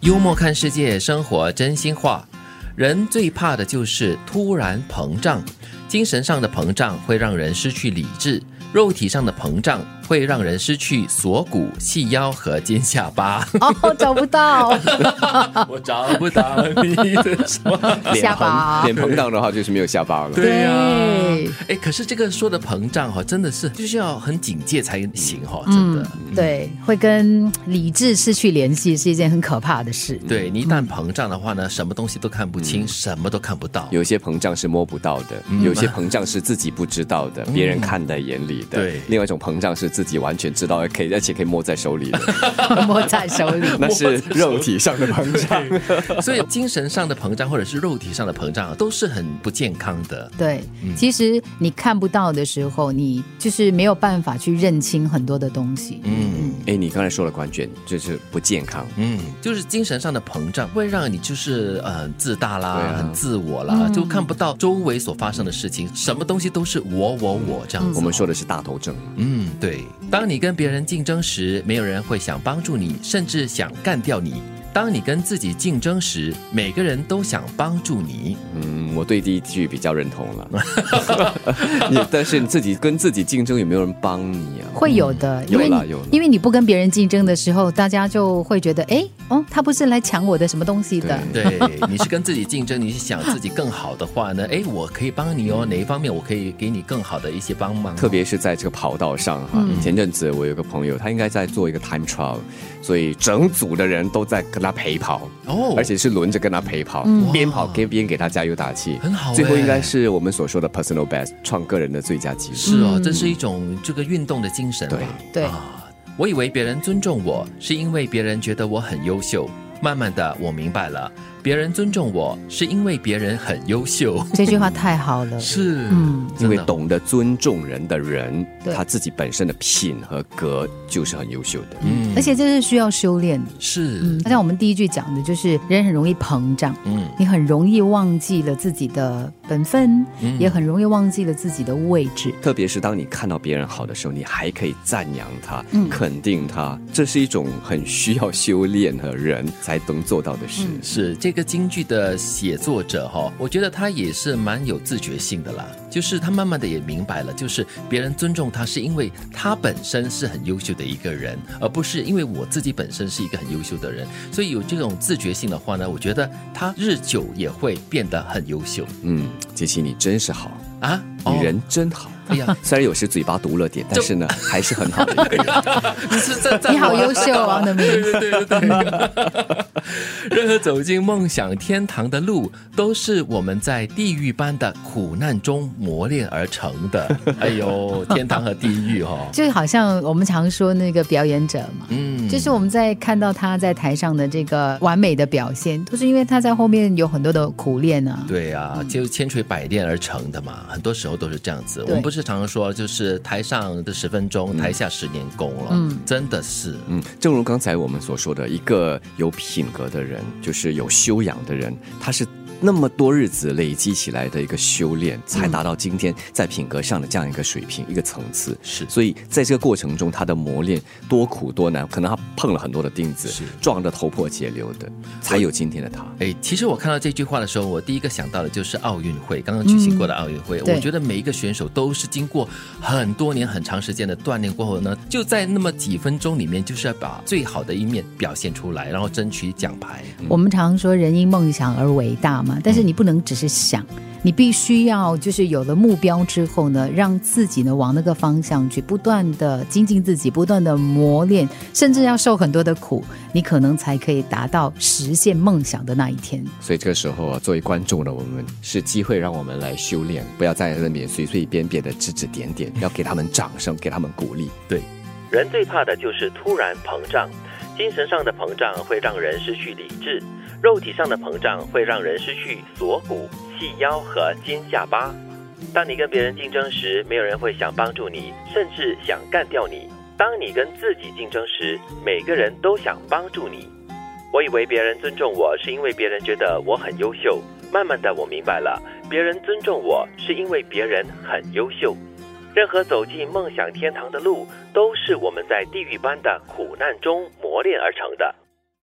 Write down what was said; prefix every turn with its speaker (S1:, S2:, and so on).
S1: 幽默看世界，生活真心话。人最怕的就是突然膨胀，精神上的膨胀会让人失去理智，肉体上的膨胀会让人失去锁骨、细腰和尖下巴。
S2: 哦，找不 到
S1: 我找不到你的手。
S2: 下巴
S3: 脸膨胀的话就是没有下巴了。
S1: 对呀、
S2: 对
S1: 哎，可是这个说的膨胀哈、哦，真的是就是要很警戒才行哈、哦，真的。
S2: 对，会跟理智失去联系是一件很可怕的事。
S1: 对你一旦膨胀的话呢，什么东西都看不清，什么都看不到。
S3: 有些膨胀是摸不到的，有些膨胀是自己不知道的，别人看在眼里的。
S1: 对
S3: 另外一种膨胀是自己完全知道，可以而且可以摸在手里的，
S2: 摸在手 里，
S3: 那是肉体上的膨 胀。
S1: 所以精神上的膨胀或者是肉体上的膨胀啊都是很不健康的。
S2: 对，
S3: 嗯
S2: 其实你看不到的时候，你就是没有办法去认清很多的东西。
S1: 嗯
S3: 哎，你刚才说了关键就是不健康。
S1: 嗯，就是精神上的膨胀会让你就是呃自大啦，
S3: 对啊
S1: 很自我啦，就看不到周围所发生的事情，什么东西都是我我嗯我这样子。
S3: 我们说的是大头症，
S1: 嗯，对。当你跟别人竞争时，没有人会想帮助你，甚至想干掉你；当你跟自己竞争时，每个人都想帮助你。
S3: 嗯，我对第一句比较认同了。 你但是你自己跟自己竞争，有没有人帮你啊？
S2: 会有的，
S3: 嗯
S2: 因为
S3: 有啦
S2: 你
S3: 有啦
S2: 因为你不跟别人竞争的时候，大家就会觉得，哎，哦，他不是来抢我的什么东西的，
S1: 对，你是跟自己竞争，你是想自己更好的话 呢？哎，我可以帮你哦，哪一方面我可以给你更好的一些帮忙哦、
S3: 嗯特别是在这个跑道上哈、
S1: 嗯
S3: 前阵子我有个朋友，他应该在做一个 time trial，所以整组的人都在跟他陪跑，
S1: 哦，
S3: 而且是轮着跟他陪跑，边跑边边给他加油打气，
S1: 很好欸
S3: 最后应该是我们所说的 personal best，创个人的最佳纪录。
S1: 是哦，这是一种这个运动的精神吧。
S3: 嗯对
S2: 对，
S1: 啊，我以为别人尊重我是因为别人觉得我很优秀，慢慢的我明白了，别人尊重我是因为别人很优秀。
S2: 这句话太好了，
S1: 是，
S2: 嗯
S3: 因
S1: 真
S3: 为
S1: 的
S3: 懂得尊重人的人，
S2: 对
S3: 他自己本身的品和格就是很优秀的。
S1: 嗯
S2: 而且这是需要修炼的。
S1: 是，
S2: 嗯，像我们第一句讲的就是人很容易膨胀，
S1: 嗯
S2: 你很容易忘记了自己的本分，
S1: 嗯
S2: 也很容易忘记了自己的位置。
S3: 特别是当你看到别人好的时候，你还可以赞扬他、
S1: 嗯
S3: 肯定他，这是一种很需要修炼和人才能做到的事。
S1: 嗯是这个京剧的写作者哈、我觉得他也是蛮有自觉性的啦。就是他慢慢的也明白了，就是别人尊重他是因为他本身是很优秀的一个人，而不是因为我自己本身是一个很优秀的人。所以有这种自觉性的话呢，我觉得他日久也会变得很优秀
S3: 嗯，杰西，你真是好，
S1: 啊。
S3: 你人真好。
S1: 哎呀，
S3: 虽然有时嘴巴毒了点，但 是呢，还是很好的一个人。
S1: 你是在在
S2: 你好优秀啊，王德明。
S1: 对对对对， 任何走进梦想天堂的路，都是我们在地狱般的苦难中磨练而成 的。哎呦，天堂和地狱哦，
S2: 就好像我们常说那个表演者嘛，
S1: 嗯，
S2: 就是我们在看到他在台上的这个完美的表现，都是因为他在后面有很多的苦练啊。
S1: 对啊，就是千锤百炼而成的嘛，很多时候都是这样子。我们不是常常说，就是台上的十分
S2: 嗯
S1: 钟，台下十年功了，嗯，真的是，
S3: 嗯，正如刚才我们所说的，一个有品格的人，就是有修养的人，他是那么多日子累积起来的一个修炼，才达到今天在品格上的这样一个水平、一个层次。
S1: 是
S3: 所以在这个过程中，他的磨练多苦多难，可能他碰了很多的钉子
S1: 是，
S3: 撞得头破血流的，才有今天的他。
S1: 哎，其实我看到这句话的时候，我第一个想到的就是奥运会，刚刚举行过的奥运会。
S2: 对
S1: 我觉得每一个选手都是经过很多年、很长时间的锻炼过后呢，就在那么几分钟里面，就是要把最好的一面表现出来，然后争取奖牌。
S2: 我们常说人因梦想而伟大嘛，但是你不能只是想，你必须要就是有了目标之后呢，让自己呢往那个方向去，不断的精进自己，不断的磨练，甚至要受很多的苦，你可能才可以达到实现梦想的那一天。
S3: 所以这个时候啊，作为观众呢，我们是机会让我们来修炼，不要在那边随随便便的指指点点，要给他们掌声，给他们鼓励。
S1: 人最怕的就是突然膨胀，精神上的膨胀会让人失去理智，肉体上的膨胀会让人失去锁骨、细腰和尖下巴。当你跟别人竞争时，没有人会想帮助你，甚至想干掉你；当你跟自己竞争时，每个人都想帮助你。我以为别人尊重我是因为别人觉得我很优秀，慢慢的我明白了，别人尊重我是因为别人很优秀。任何走进梦想天堂的路，都是我们在地狱般的苦难中磨练而成的。